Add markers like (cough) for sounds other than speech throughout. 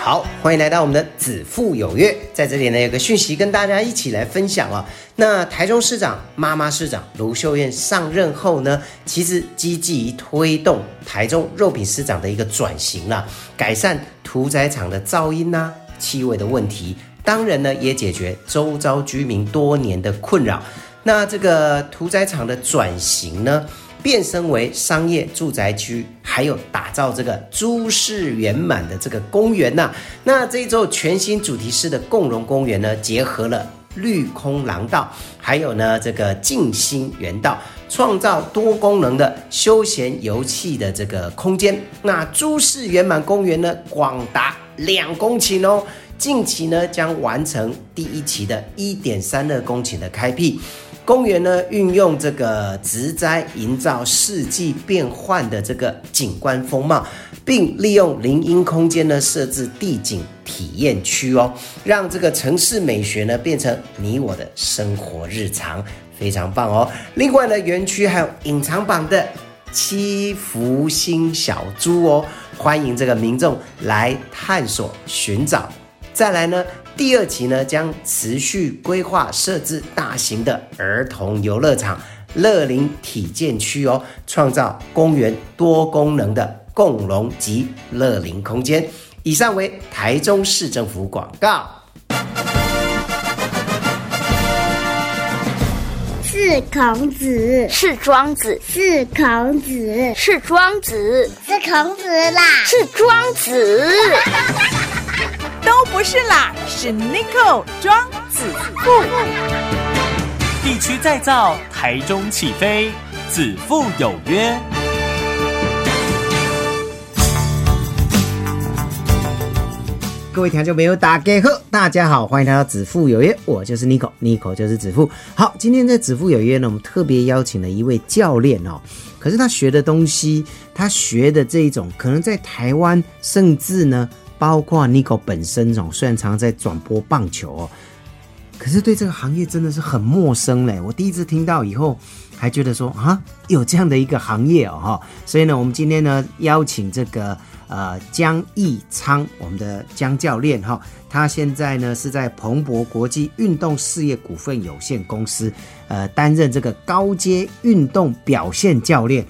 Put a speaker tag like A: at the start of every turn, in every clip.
A: 好，欢迎来到我们的子父有约，在这里呢有个讯息跟大家一起来分享啊。那台中市长妈妈市长卢秀燕上任后呢，其实积极推动台中肉品市场的一个转型啦、啊改善屠宰场的噪音呐、气味的问题，当然呢也解决周遭居民多年的困扰。那这个屠宰场的转型呢，变身为商业住宅区，还有打造这个都市圆满的这个公园呐、那这一周全新主题式的共荣公园呢，结合了。绿空廊道，还有呢这个静心园道，创造多功能的休闲游憩的这个空间。那株式圆满公园呢，广达两公顷哦。近期呢将完成第一期的1.32公顷的开辟。公园呢，运用这个植栽营造四季变换的这个景观风貌，并利用林荫空间呢设置地景体验区哦，让这个城市美学呢变成你我的生活日常，非常棒哦。另外呢，园区还有隐藏版的七福星小猪哦，欢迎这个民众来探索寻找。再来呢，第二期呢将持续规划设置大型的儿童游乐场、乐龄体健区哦，创造公园多功能的共融及乐龄空间。以上为台中市政府广告。
B: 是孔子，
C: 是庄子，
B: 是孔子，
C: 是庄子，
B: 是孔子啦。
C: 是庄子。
D: 都不是啦，是 n i c o 庄子富。
E: 地区再造，台中起飞，子父有约。
A: 各位听众朋友，大家好，大家好，欢迎来到子父有约，我就是 Nico，Nico 就是子父。好，今天在子父有约呢，我们特别邀请了一位教练哦，可是他学的东西，他学的这一种，可能在台湾，甚至呢，包括 Nico 本身哦，虽然常在转播棒球哦，可是对这个行业真的是很陌生嘞。我第一次听到以后，还觉得说啊，有这样的一个行业哦哈。所以呢，我们今天呢邀请这个呃江义昌，我们的江教练哈、他现在呢是在彭博国际运动事业股份有限公司呃担任这个高阶运动表现教练。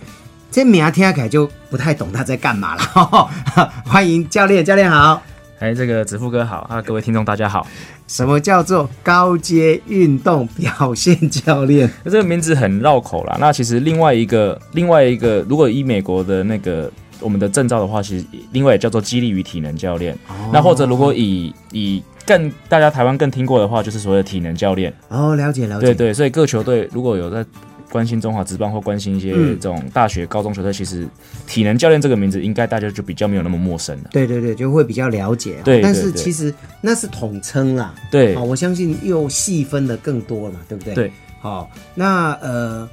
A: 这名听起来就不太懂他在干嘛了，哈哈欢迎教练，教练好。
F: 哎，这个子富哥好啊，各位听众大家好。
A: (laughs) 什么叫做高阶运动表现教练？
F: 那这个名字很绕口啦。那其实另外一个，另外一个，如果以美国的那个我们的证照的话，其实另外也叫做激励与体能教练。
A: 哦
F: 那或者如果以以更大家台湾更听过的话，就是所谓的体能教练。
A: 哦，了解了解，
F: 对对，所以各球队如果有在关心中华职棒或关心一些
A: 嗯
F: 这种大学、高中球队，其实体能教练这个名字应该大家就比较没有那么陌生了。
A: 对对对，就会比较了解。
F: 对对
A: 但是
F: 对
A: 其实那是统称啦。
F: 对
A: 好，，我相信又细分的更多了嘛，对不对？
F: 对。
A: 好，那呃，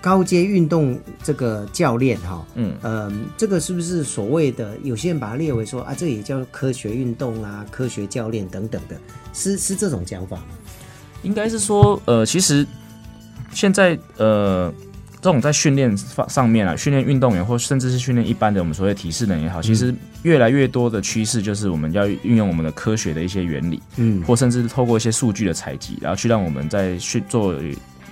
A: 高阶运动这个教练哈，
F: 嗯
A: 呃，这个是不是所谓的有些人把它列为说啊，这也叫科学运动啊、科学教练等等的，是是这种讲法吗？
F: 应该是说，呃，其实现在呃，这种在训练发上面啊，训练运动员或甚至是训练一般的我们所谓体适能也好，其实越来越多的趋势就是我们要运用我们的科学的一些原理，
A: 嗯
F: 或甚至透过一些数据的采集，然后去让我们在去做，呃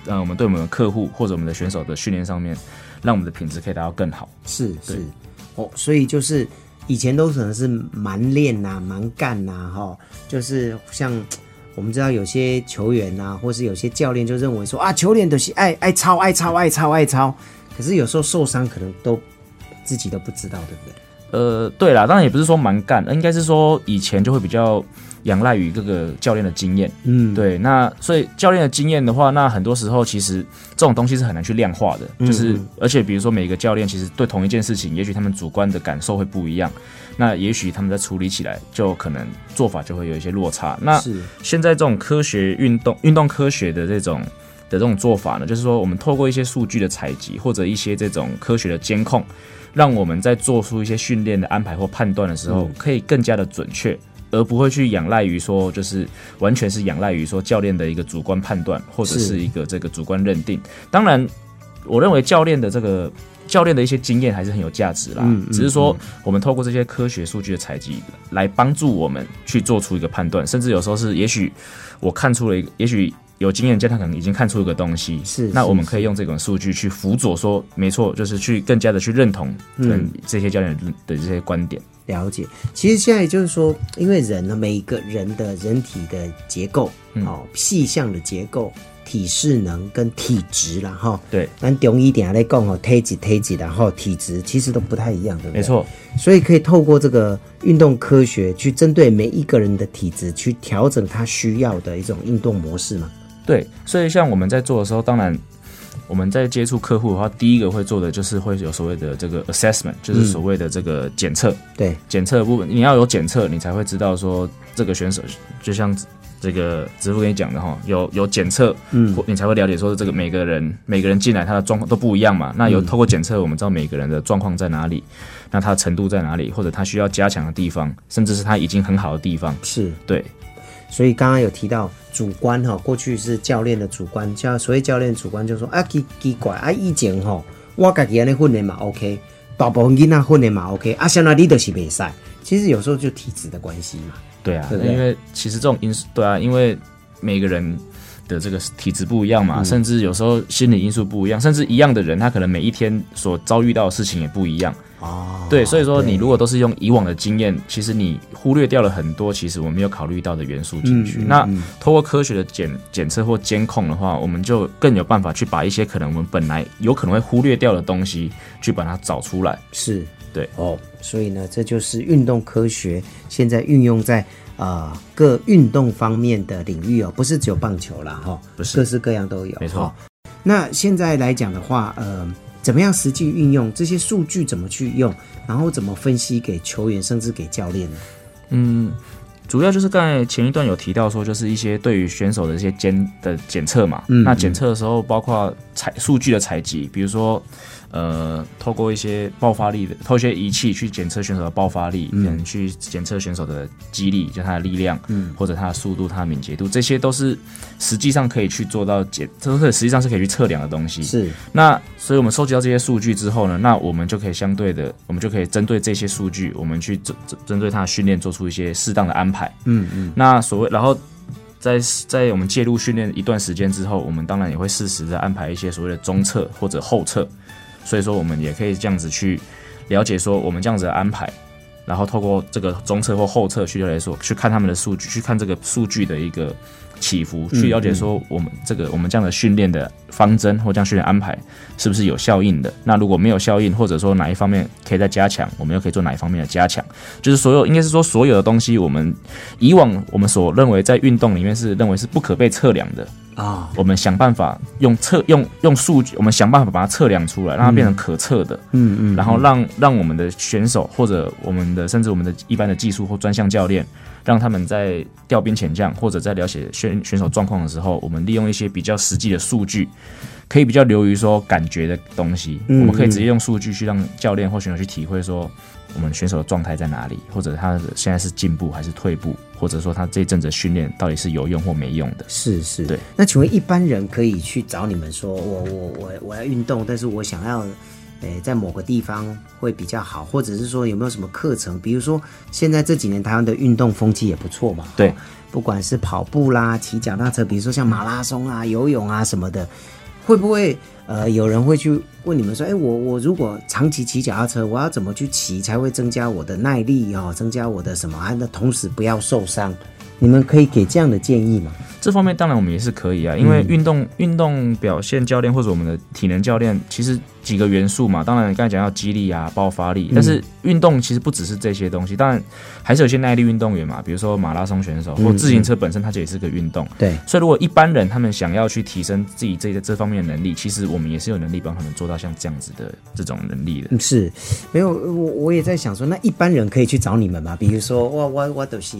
F: 让我们对我们的客户或者我们的选手的训练上面，让我们的品质可以达到更好。
A: 是
F: 对
A: 是，哦，所以就是以前都可能是蛮练呐、蛮干呐，哈、就是像我们知道有些球员呐、或是有些教练就认为说啊，球员都是爱爱操、爱操、爱操、爱操，可是有时候受伤可能都自己都不知道，对不对？
F: 呃，对啦，当然也不是说蛮干，应该是说以前就会比较仰赖于各个教练的经验。
A: 嗯，
F: 对，那所以教练的经验的话，那很多时候其实这种东西是很难去量化的，就是、而且比如说每个教练其实对同一件事情，也许他们主观的感受会不一样，那也许他们在处理起来就可能做法就会有一些落差。那
A: 是
F: 现在这种科学运动、运动科学的这种的这种做法呢，就是说我们透过一些数据的采集或者一些这种科学的监控，让我们在做出一些训练的安排或判断的时
A: 嗯
F: 候，可以更加的准确。而不会去仰赖于说，就是完全是仰赖于说教练的一个主观判断，或者
A: 是
F: 是一个这个主观认定。当然，我认为教练的这个教练的一些经验还是很有价值啦。只是说我们透过这些科学数据的采集，来帮助我们去做出一个判断，甚至有时候是，也许我看出了一个，也许。有经验的教练可能已经看出一个东西，
G: 是
F: 那
G: 是
F: 我们可以用这种数据去辅佐说没错，就是去更加的去认同嗯这些教练的的这些观点。
G: 了解，其实现在就是说，因为人呢，每一个人的人体的结构，
F: 嗯
G: 哦，细项的结构、体适能跟体质啦，哈、
F: 对，
G: 咱中医点下来讲哦，体质、体质，然后体质其实都不太一样，对不对？
F: 没错，
G: 所以可以透过这个运动科学去针对每一个人的体质去调整他需要的一种运动模式嘛。
F: 对，所以像我们在做的时候，当然我们在接触客户的话，第一个会做的就是会有所谓的这个 assessment，就是所谓的这个检测。
G: 对，
F: 检测的部分，你要有检测，你才会知道说这个选手，就像这个直播跟你讲的哈，有有检测，嗯，你才会了解说这个每个人每个人进来他的状况都不一样嘛。那有透过检测，我们知道每个人的状况在哪里，那他的程度在哪里，或者他需要加强的地方，甚至是他已经很好的地方。
G: 是。
F: 对，
G: 所以刚刚有提到主观哈，过去是教练的主观，教所谓教练的主观就说啊奇奇怪啊以前吼，我家己安尼训练嘛 OK，大部分囡仔训练嘛 OK，啊像那你就是袂使。其实有时候就体质的关系嘛，
F: 对啊，
G: 对不对
F: 因为其实这种因素，对啊，因为每个人的这个体质不一样
G: 嗯
F: 嘛，甚至有时候心理因素不一样，甚至一样的人，他可能每一天所遭遇到的事情也不一样。哦，对，所以说你如果都是用以往的经验，其实你忽略掉了很多其实我没有考虑到的元素进
G: 嗯
F: 去。那通过科学的检检测或监控的话，我们就更有办法去把一些可能我们本来有可能会忽略掉的东西，去把它找出来。
G: 是
F: 对
G: 哦，所以呢，这就是运动科学现在运用在啊、呃各运动方面的领域哦，不是只有棒球啦哈、
F: 不是
G: 各式各样都有，
F: 没错
G: 哈那现在来讲的话，呃，怎么样实际运用这些数据，怎么去用，然后怎么分析给球员，甚至给教练呢？
F: 嗯，主要就是刚才前一段有提到说，就是一些对于选手的一些监的检测嘛。那检测的时候，包括采数据的采集，比如说，呃，透过一些爆发力的，透过一些仪器去检测选手的爆发力，嗯，去检测选手的肌力，就他的力量，嗯，或者他的速度、他的敏捷度，这些都是实际上可以去做到检，这都是实际上是可以去测量的东西。
G: 是
F: 那所以我们收集到这些数据之后呢，那我们就可以相对的，我们就可以针对这些数据，我们去针针针对他的训练做出一些适当的安排。嗯嗯。那所谓，然后在在我们介入训练一段时间之后，我们当然也会适时的安排一些所谓的中测或者后测，所以说我们也可以这样子去了解说我们这样子的安排。然后透过这个中测或后测去了解说，去看他们的数据，去看这个数据的一个起伏，去了解说我们这个我们这样的训练的方针或这样训练安排是不是有效应的？那如果没有效应，或者说哪一方面可以再加强，我们又可以做哪一方面的加强？就是所有应该是说所有的东西，我们以往我们所认为在运动里面是认为是不可被测量的，
G: 啊、
F: 我们想办法用测用用数据，我们想办法把它测量出来，让它变成可测的，嗯嗯，然后让让我们的选手或者我们的甚至我们的一般的技术或专项教练，让他们在调兵遣将或者在了解选选手状况的时候，我们利用一些比较实际的数据，可以比较流于说感觉的东西，我们可以直接用数据去让教练或选手去体会说。我们选手的状态在哪里，或者他的现在是进步还是退步，或者说他这一阵子的训练到底是有用或没用的？
G: 是是，
F: 对。
G: 那请问一般人可以去找你们说，我我我我要运动，但是我想要，呃，在某个地方会比较好，或者是说有没有什么课程？比如说现在这几年台湾的运动风气也不错嘛，
F: 对
G: 哦不管是跑步啦、骑脚踏车，比如说像马拉松啊、游泳啊什么的，会不会呃有人会去问你们说，哎，我我如果长期骑脚踏车，我要怎么去骑才会增加我的耐力哦，增加我的什么啊？那同时不要受伤，你们可以给这样的建议吗？
F: 这方面当然我们也是可以啊，因为运动、运动表现教练或者我们的体能教练，其实几个元素嘛，当然刚才讲到肌力啊、爆发力，但是运动其实不只是这些东西，当然还是有些耐力运动员嘛，比如说马拉松选手或自行车本身，它就也是个运动。
G: 对，
F: 所以，如果一般人他们想要去提升自己这这方面的能力，其实我们也是有能力帮他们做到像这样子的这种能力的。
G: 嗯是，没有我我也在想说，那一般人可以去找你们吗？比如说，我我我都是，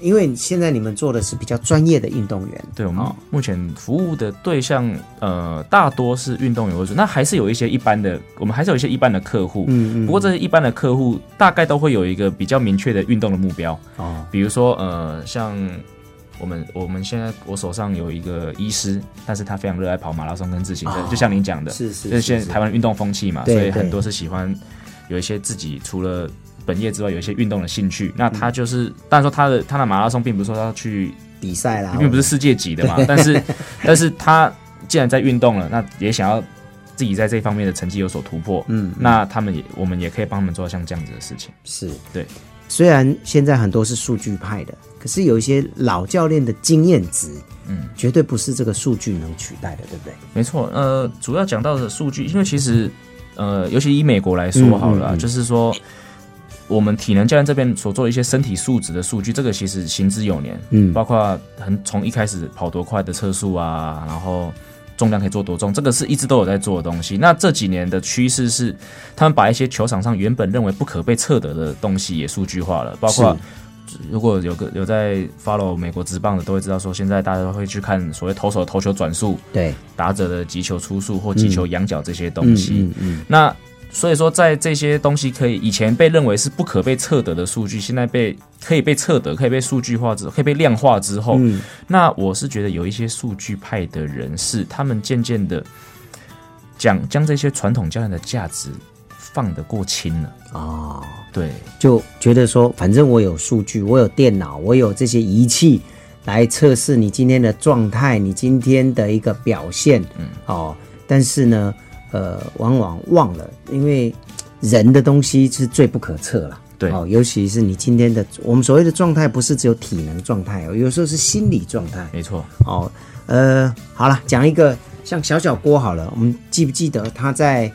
G: 因为现在你们做的是比较专业的运动员，
F: 对我们目前服务的对象，呃，大多是运动员为主，那还是有一些一般的，我们还是有一些一般的客户，嗯嗯，不过这些一般的客户大概都会有一个比较明确的运动的目标，
G: 哦，
F: 比如说呃，像我们我们现在我手上有一个医师，但是他非常热爱跑马拉松跟自行车，就像您讲的，
G: 哦是是
F: 就是
G: 是
F: 现
G: 是
F: 在台湾运动风气嘛，
G: 对
F: 所以
G: 对
F: 很多是喜欢有一些自己除了本业之外有一些运动的兴趣。那
G: 嗯
F: 他就是，但说他的他的马拉松并不是说他要去
G: 比赛啦，
F: 并不是世界级的嘛，但是 (laughs) 但是他既然在运动了，那也想要自己在这方面的成绩有所突破，嗯，那他们也我们也可以帮他们做到像这样子的事情，
G: 是
F: 对。
G: 虽然现在很多是数据派的，可是有一些老教练的经验值，嗯，绝对不是这个数据能取代的，对不对？
F: 没错，呃，主要讲到的数据，因为其实呃，尤其以美国来说
G: 嗯
F: 好了啊，
G: 嗯嗯
F: 就是说。我们体能教练这边所做的一些身体素质的数据，这个其实行之有年，
G: 嗯
F: 包括很从一开始跑多快的车速啊，然后重量可以做多重，这个是一直都有在做的东西。那这几年的趋势是，他们把一些球场上原本认为不可被测得的东西也数据化了，包括如果有个有在 follow 美国职棒的，都会知道说，现在大家都会去看所谓投手的投球转速、
G: 对，
F: 打者的击球出速或击球仰角这些东
G: 嗯
F: 西。
G: 嗯嗯，
F: 那所以说，在这些东西可以以前被认为是不可被测得的数据，现在被可以被测得、可以被数据化之后、可以被量化之后，
G: 嗯
F: 那我是觉得有一些数据派的人士，他们渐渐的讲将这些传统教练的价值放得过轻了。
G: 哦，
F: 对，
G: 就觉得说，反正我有数据，我有电脑，我有这些仪器来测试你今天的状态，你今天的一个表现，嗯，哦，但是呢，呃，往往忘了，因为嘖人的东西是最不可测了。
F: 对
G: 哦，尤其是你今天的，我们所谓的状态，不是只有体能状态哦，有时候是心理状态。
F: 没错。
G: 哦，呃，好了，讲一个像小小郭好了，我们记不记得他在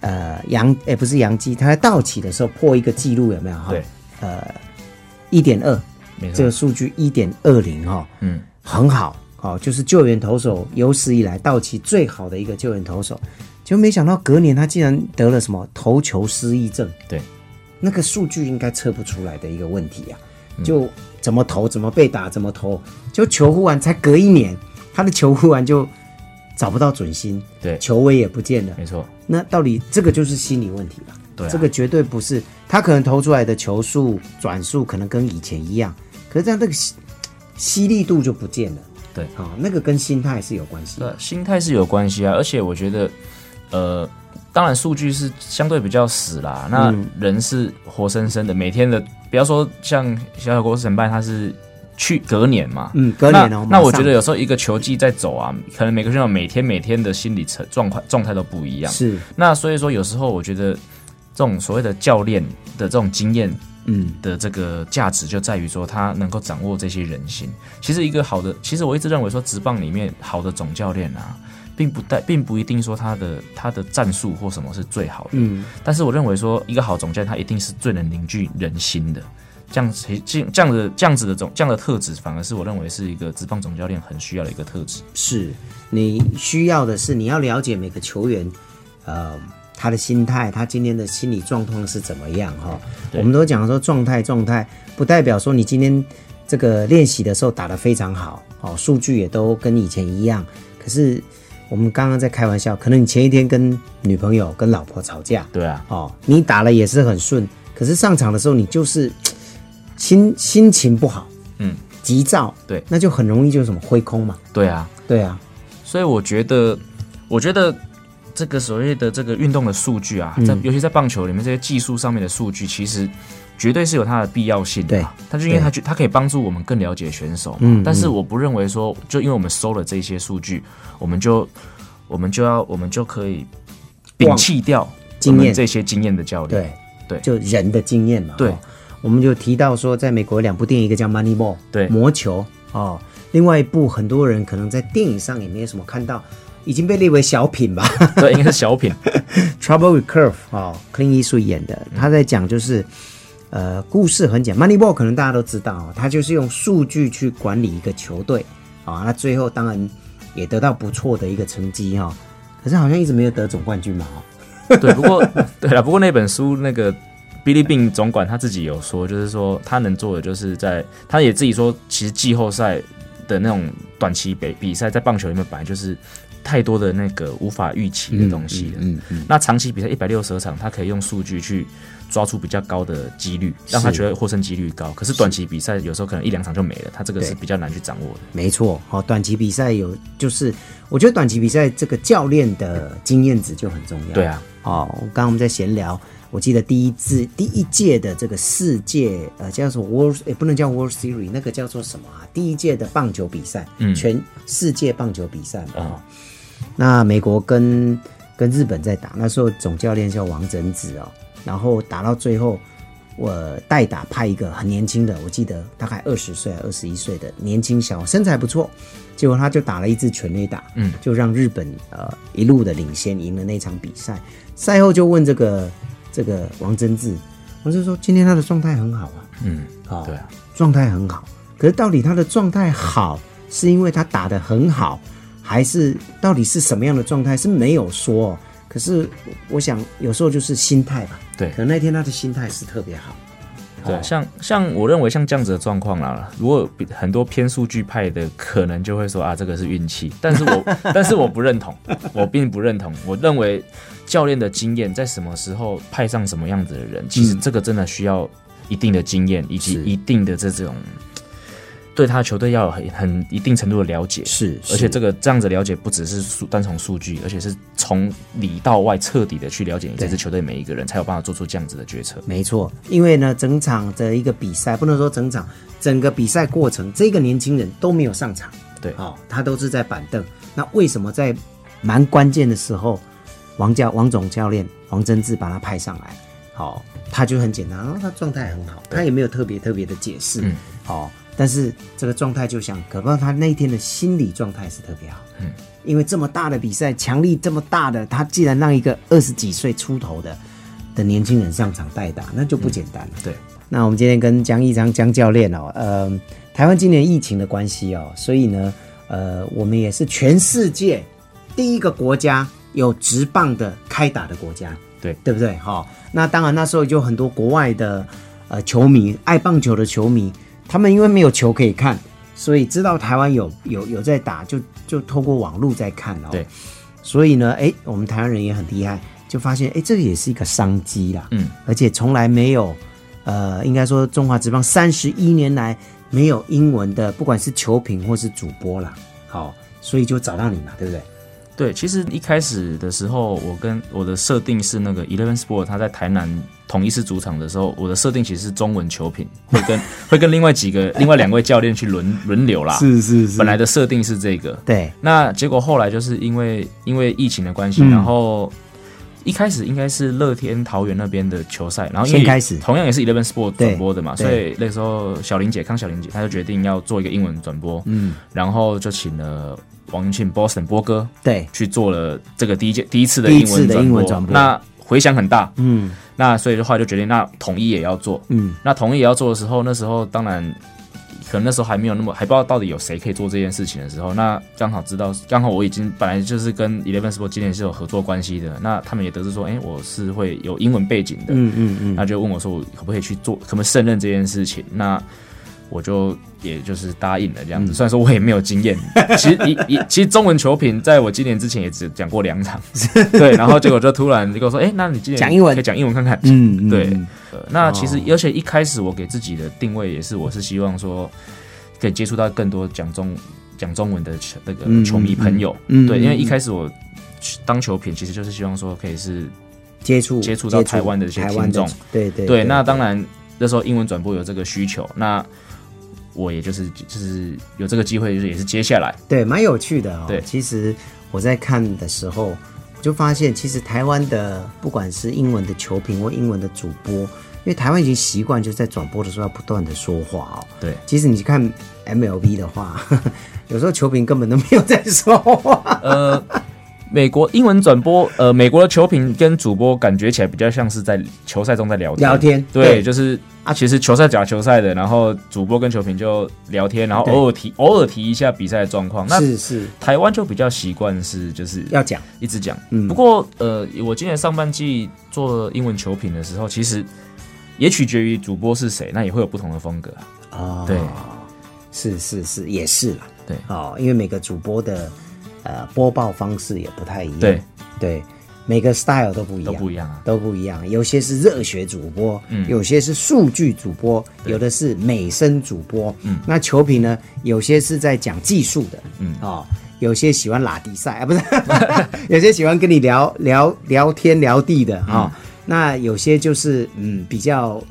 G: 呃杨哎、不是杨基，他在道奇的时候破一个记录有没有？哈呃
F: 对，
G: 一点二，
F: 没错
G: 这个数据一点二零哈，
F: 嗯，
G: 很好哦，就是救援投手有史以来道奇最好的一个救援投手，结果没想到隔年他竟然得了什么投球失忆症，
F: 对，
G: 那个数据应该测不出来的一个问题啊，就怎么投怎么被打怎么投，就球忽完才隔一年，他的球忽完就找不到准心，
F: 对
G: 球威也不见了
F: 没，错，
G: 那到底这个就是心理问题吧？
F: 对啊
G: 这个绝对不是他可能投出来的球速、转速可能跟以前一样，可是这样这个吸吸力度就不见了。
F: 对
G: 啊、那个跟心态是有关系的。
F: 对，心态是有关系啊，而且我觉得，呃，当然数据是相对比较死啦，那
G: 嗯
F: 人是活生生的，每天的，不要说像小小郭神拜，他是去隔年嘛，
G: 嗯隔年哦
F: 那
G: 马上
F: 那我觉得有时候一个球季在走啊，可能每个选手每天每天的心理层状况状态都不一样，
G: 是，
F: 那所以说有时候我觉得这种所谓的教练的这种经验
G: 嗯，
F: 的这个价值就在于说他能够掌握这些人心。其实一个好的，其实我一直认为说职棒里面好的总教练啊，并不代并不一定说他的他的战术或什么是最好的，嗯，但是我认为说一个好总教练他一定是最能凝聚人心的。这样其这样这样的这样子的总这样的特质，反而是我认为是一个职棒总教练很需要的一个特质。
G: 是你需要的是你要了解每个球员，呃，他的心态，他今天的心理状况是怎么样哈、
F: 对
G: 我们都讲说状态，状态不代表说你今天这个练习的时候打得非常好，哦，数据也都跟以前一样。可是我们刚刚在开玩笑，可能你前一天跟女朋友、跟老婆吵架，
F: 对啊，
G: 哦，你打了也是很顺，可是上场的时候你就是心心情不好，
F: 嗯，
G: 急躁，
F: 对
G: 那就很容易就什么挥空嘛，
F: 对啊，
G: 对啊，
F: 所以我觉得，我觉得这个所谓的这个运动的数据啊，
G: 嗯
F: 在尤其在棒球里面这些技术上面的数据，其实绝对是有它的必要性的、啊。它就因为它就它可以帮助我们更了解选手嘛。
G: 嗯
F: 但是我不认为说，就因为我们收了这些数据，我们就我们就要我们就可以摒弃掉
G: 经验
F: 我们这些经验的教练。
G: 对
F: 对
G: 就人的经验嘛。
F: 对
G: 哦我们就提到说，在美国有两部电影，一个叫《Moneyball》，
F: 对
G: 魔球哦，另外一部很多人可能在电影上也没有什么看到，已经被列为小品吧。
F: (laughs) 对，应该是小品。
G: Trouble with Curve 哦，克林伊素演的，
F: 嗯
G: 他在讲就是，呃，故事很简单，Moneyball 可能大家都知道、哦，他就是用数据去管理一个球队啊、哦那最后当然也得到不错的一个成绩哈、哦，可是好像一直没有得总冠军嘛、哦。
F: 对，不过 (laughs) 对了，不过那本书那个 Billy Bean 总管他自己有说，就是说他能做的就是在，他也自己说，其实季后赛的那种短期比比赛在棒球里面本来就是太多的那个无法预期的东西了。
G: 嗯嗯
F: 那长期比赛一百六十场，他可以用数据去抓出比较高的几率，让他觉得获胜几率高。可是短期比赛有时候可能一两场就没了，他这个
G: 对
F: 是比较难去掌握的。
G: 没错，好，短期比赛有就是，我觉得短期比赛这个教练的经验值就很重要。
F: 对啊，
G: 哦，刚刚我们在闲聊，我记得第一次第一届的这个世界呃叫做 World，也不能叫 World Series，那个叫做什么啊？第一届的棒球比赛，
F: 嗯
G: 全世界棒球比赛嘛。
F: 嗯
G: 哦那美国跟跟日本在打，那时候总教练叫王贞治哦，然后打到最后，我代打派一个很年轻的，我记得大概二十岁、啊二十一岁的年轻小，身材不错，结果他就打了一支全垒打，
F: 嗯
G: 就让日本呃一路的领先，赢了那场比赛。赛后就问这个这个王贞治，王贞治说今天他的状态很好啊，
F: 嗯，
G: 哦
F: 对啊，
G: 状态很好。可是到底他的状态好，是因为他打得很好，还是到底是什么样的状态是没有说哦、可是我想有时候就是心态吧，
F: 对
G: 可能那天他的心态是特别好，
F: 对啊，像像我认为像这样子的状况啦，如果比很多偏数据派的，可能就会说啊，这个是运气。但
G: (laughs)
F: 是我但是我不认同，我并不认同。我认为教练的经验在什么时候派上什么样子的人，其实这个真的需要一定的经验以及
G: 嗯是
F: 一定的这种对他球队要有很很一定程度的了解。
G: 是
F: 而且这个这样子了解不只是数单从数据，而且是从里到外彻底的去了解你这支球队每一个人，才有办法做出这样子的决策。
G: 没错，因为呢，整场的一个比赛，不能说整场，整个比赛过程，这个年轻人都没有上场，
F: 对
G: 哦，他都是在板凳。那为什么在蛮关键的时候，王教王总教练王贞治把他派上来？好、他就很简单，哦、他状态很好，他也没有特别特别的解释，
F: 嗯
G: 哦，但是这个状态就像，可不知道他那一天的心理状态是特别好，嗯，因为这么大的比赛，强力这么大的，他既然让一个二十几岁出头的的年轻人上场代打，那就不简单了。
F: 嗯对，
G: 那我们今天跟江一章江教练哦，呃，台湾今年疫情的关系哦，所以呢，呃，我们也是全世界第一个国家有直棒的开打的国家，
F: 对
G: 对不对？哈、那当然那时候就很多国外的呃球迷，爱棒球的球迷，他们因为没有球可以看，所以知道台湾有有有在打，就就透过网络在看哦。
F: 对，
G: 所以呢，哎，我们台湾人也很厉害，就发现哎，这个也是一个商机啦。
F: 嗯，
G: 而且从来没有，呃，应该说中华职棒三十一年来没有英文的，不管是球评或是主播啦。好，所以就找到你嘛，对不对？
F: 对，其实一开始的时候，我跟我的设定是那个 Eleven Sport，它在台南统一是主场的时候，我的设定其实是中文球品，会
G: (laughs)
F: 跟会跟另外几个另外两位教练去轮轮流啦。
G: 是
F: 本来的设定是这个，
G: 对，
F: 那结果后来就是因为因为疫情的关系，
G: 嗯
F: 然后一开始应该是乐天桃园那边的球赛，然后因为
G: 先开始
F: 同样也是 Eleven Sport
G: 对
F: 转播的嘛，
G: 对
F: 所以那时候小玲姐康小玲姐她就决定要做一个英文转播，
G: 嗯，
F: 然后就请了王云庆 Boston 波哥，
G: 对，
F: 去做了这个第一届第一次的
G: 第一
F: 英
G: 次
F: 文
G: 的
F: 转
G: 英
F: 播，
G: 文转播
F: 那回响很大，
G: 嗯
F: 那所以的话就决定那统一也要做，
G: 嗯，
F: 那统一也要做的时候，那时候当然可能那时候还没有那么还不知道到底有谁可以做这件事情的时候，那刚好知道刚好我已经本来就是跟 Eleven Sport 今年是有合作关系的，那他们也得知说，哎、我是会有英文背景的，
G: 嗯嗯嗯，
F: 那就问我说我可不可以去做，可不可以胜任这件事情？那我就也就是答应了这
G: 嗯
F: 样子。虽然说我也没有
G: (laughs)
F: 经验，其实一一其实中文球评在我今年之前也只讲过两场， (laughs) 对，然后结果就突然就跟我说，哎、那你今年
G: 讲英文
F: 可以讲英文看看，
G: 嗯嗯
F: 对
G: 嗯。
F: 呃那其实而且一开始我给自己的定位也是，我是希望说可以接触到更多讲中讲中文的球那
G: 嗯
F: 个球迷朋友，
G: 嗯嗯
F: 对，
G: 嗯
F: 因为一
G: 嗯
F: 开始我。当球评其实就是希望说可以是
G: 接触
F: 接触到台湾的一些
G: 台湾的
F: 听众，
G: 对对
F: 对，那当然那时候英文转播有这个需求，那我也就是就是有这个机会，就是也是接下来，
G: 对蛮有趣的哦。
F: 对
G: 其实我在看的时候，我就发现其实台湾的不管是英文的球评或英文的主播，因为台湾已经习惯就在转播的时候要不断的说话哦。
F: 对
G: 其实你去看 MLB 的话， (laughs) 有时候球评根本都没有在说话。
F: 呃，美国英文转播，呃，美国的球评跟主播感觉起来比较像是在球赛中在聊天，
G: 聊天
F: 对，
G: 对
F: 就是啊，其实球赛假球赛的，然后主播跟球评就聊天，然后
G: 对
F: 偶尔提偶尔提一下比赛的状况， (laughs) 那
G: 是是，
F: 台湾就比较习惯是就是
G: 要讲
F: 一直讲。
G: 嗯
F: 不过呃，我今年上半季做英文球评的时候，其实也取决于主播是谁，那也会有不同的风格啊。
G: 哦，
F: 对，
G: 是是是，也是啦。
F: 对
G: 哦，因为每个主播的呃播报方式也不太一样，
F: 对
G: 对，每个 style 都不一样，
F: 都不一样啊。
G: 都不一样，有些是热血主播，有些是数据主播，有的是美声主播。嗯，那球评呢，有些是在讲技术的，嗯哦，有些喜欢拉迪赛啊，不是， (laughs) 有些喜欢跟你聊聊聊天聊地的哈、那有些就是嗯比较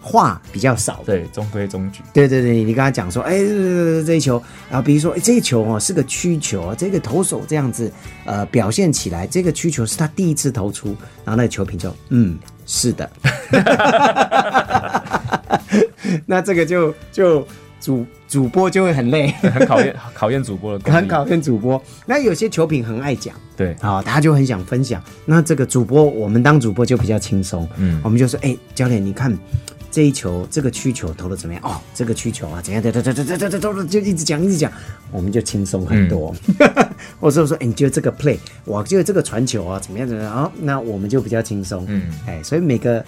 G: 话比较少的。
F: 对，中规中矩。 (laughs)
G: 对对对，你跟他讲说，哎，这这一球啊，比如说，哎，这个球哦是个曲球啊，这个投手这样子，呃，表现起来，这个曲球是他第一次投出，然后那个球评就，嗯，是的， (laughs) 那这个就就主主播就会很累，
F: 很考验考验主播的功力。
G: 很考验主播。那有些球评很爱讲。
F: 对，
G: 啊、他就很想分享。那这个主播，我们当主播就比较轻松，
F: 嗯
G: 我们就说，哎、教练，你看这一球，这个曲球投的怎么样？哦，这个曲球啊，怎样？对对对对对对对，对就一直讲一直讲，我们就轻松很多。或者说，哎、你觉得这个 play，我觉得这个传球啊，怎么样怎么样？哦，那我们就比较轻松，
F: 嗯
G: 哎、所以每个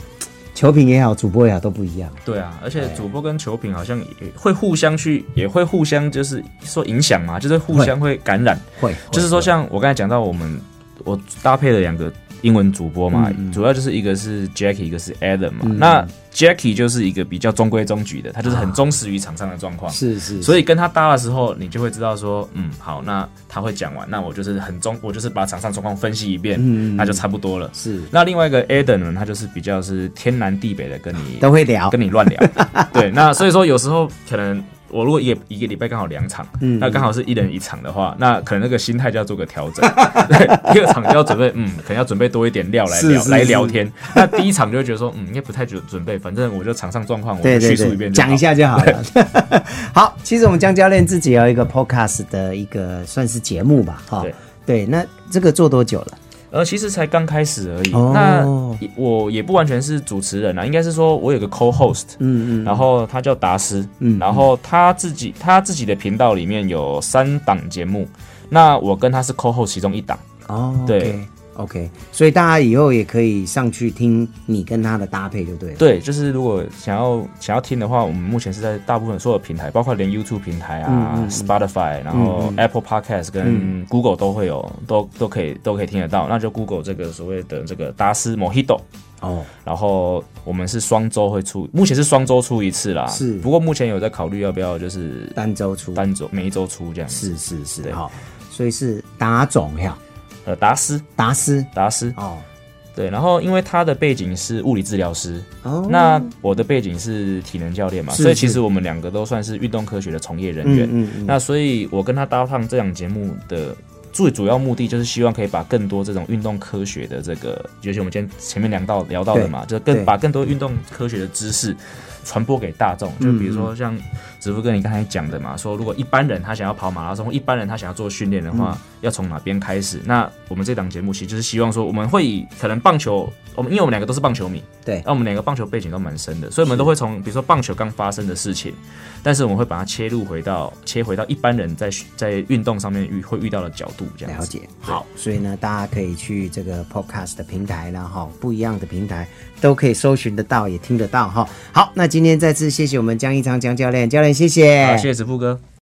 G: 球评也好，主播也好都不一样，
F: 对啊，而且主播跟球评好像也会互相去，也会互相就是说影响嘛，就是互相会感染。
G: 会
F: 就是说，像我刚才讲到我们，我搭配了两个英文主播嘛，
G: 嗯
F: 主要就是一个是 Jackie，一个是 Adam 嘛。那 Jackie 就是一个比较中规中矩的，他就是很忠实于场上的状况。
G: 啊是是，
F: 所
G: 以
F: 以跟他搭的时候，你就会知道说，嗯，好，那他会讲完，那我就是很中，我就是把场上状况分析一遍，
G: 嗯
F: 那就差不多了。
G: 是
F: 那另外一个 Adam 呢，他就是比较是天南地北的跟你
G: 都会聊
F: 跟，你乱聊， (laughs) 对，那所以说有时候可能我如果一个一个礼拜刚好两场，
G: 嗯
F: 那刚好是一人一场的话，那可能那个心态就要做个调
G: (laughs)
F: 整，对，第二场就要准备，嗯，可能要准备多一点料来
G: 是
F: 聊
G: 是
F: 来
G: 是
F: 聊天，那第一场就会觉得说，嗯，应该不太准准备，反正我就场上状况我
G: 对对
F: 叙述一
G: 对，
F: 遍，
G: 讲一。下就好
F: (laughs)
G: 了。 (laughs) 好，其实我们江教练自己有一个 podcast 的一个算是节目吧，哈、
F: 对
G: 对，那这个做多久了？
F: 呃，其实才刚开始而已。
G: 哦
F: 那也我也不完全是主持人啊，应该是说我有个 co-host，嗯嗯，然后他叫达斯，嗯，然后他自己他自己的频道里面有三档节目，那我跟他是 co-host 其中一档。
G: 哦，
F: 对
G: OK，所以大家以后也可以上去听你跟他的搭配，就对了。
F: 对，就是如果想要想要听的话，我们目前是在大部分所有平台，包括连 YouTube 平台啊、Spotify，然后 Apple Podcast 跟 Google 都会有，都都可以都可以听得到。那就 Google 这个所谓的这个达斯 Mojito。
G: 哦，
F: 然后我们是双周会出，目前是双周出一次啦。
G: 是
F: 不过目前有在考虑要不要就是
G: 单周出，
F: 单周每一周出这样子。
G: 是是是，
F: 对
G: 好、所以是打总呀，
F: 呃，达斯，
G: 达斯
F: 达斯，
G: 哦
F: 对。然后因为他的背景是物理治疗师，
G: 哦，
F: 那我的背景是体能教练嘛，
G: 是
F: 所以其
G: 是
F: 实我们两个都算是运动科学的从业人员。
G: 嗯嗯
F: 那所以我跟他搭档这档节目的。最主要目的就是希望可以把更多这种运动科学的这个，就是我们今天前面聊到聊到的嘛，就是
G: 对
F: 更把更多运动科学的知识传播给大
G: 嗯
F: 众。就比如说像子富哥你刚才讲的嘛，说如果一般人他想要跑马拉松，或一般人他想要做训练的话，
G: 嗯
F: 要从哪边开始？那我们这档节目其实就是希望说，我们会以可能棒球，我们因为我们两个都是棒球迷，
G: 对
F: 那我们两个棒球背景都蛮深的，所以我们都会从比如说棒球刚发生的事情，但是我们会把它切入回到切回到一般人在在运动上面遇会遇到的角度，这样
G: 了
F: 子
G: 解，好，所以呢，大家可以去这个 podcast 的平台啦，哈，不一样的平台都可以搜寻得到，也听得到哈。好，那今天再次谢谢我们江一长江教练，教练谢谢，
F: 好，谢谢子富哥。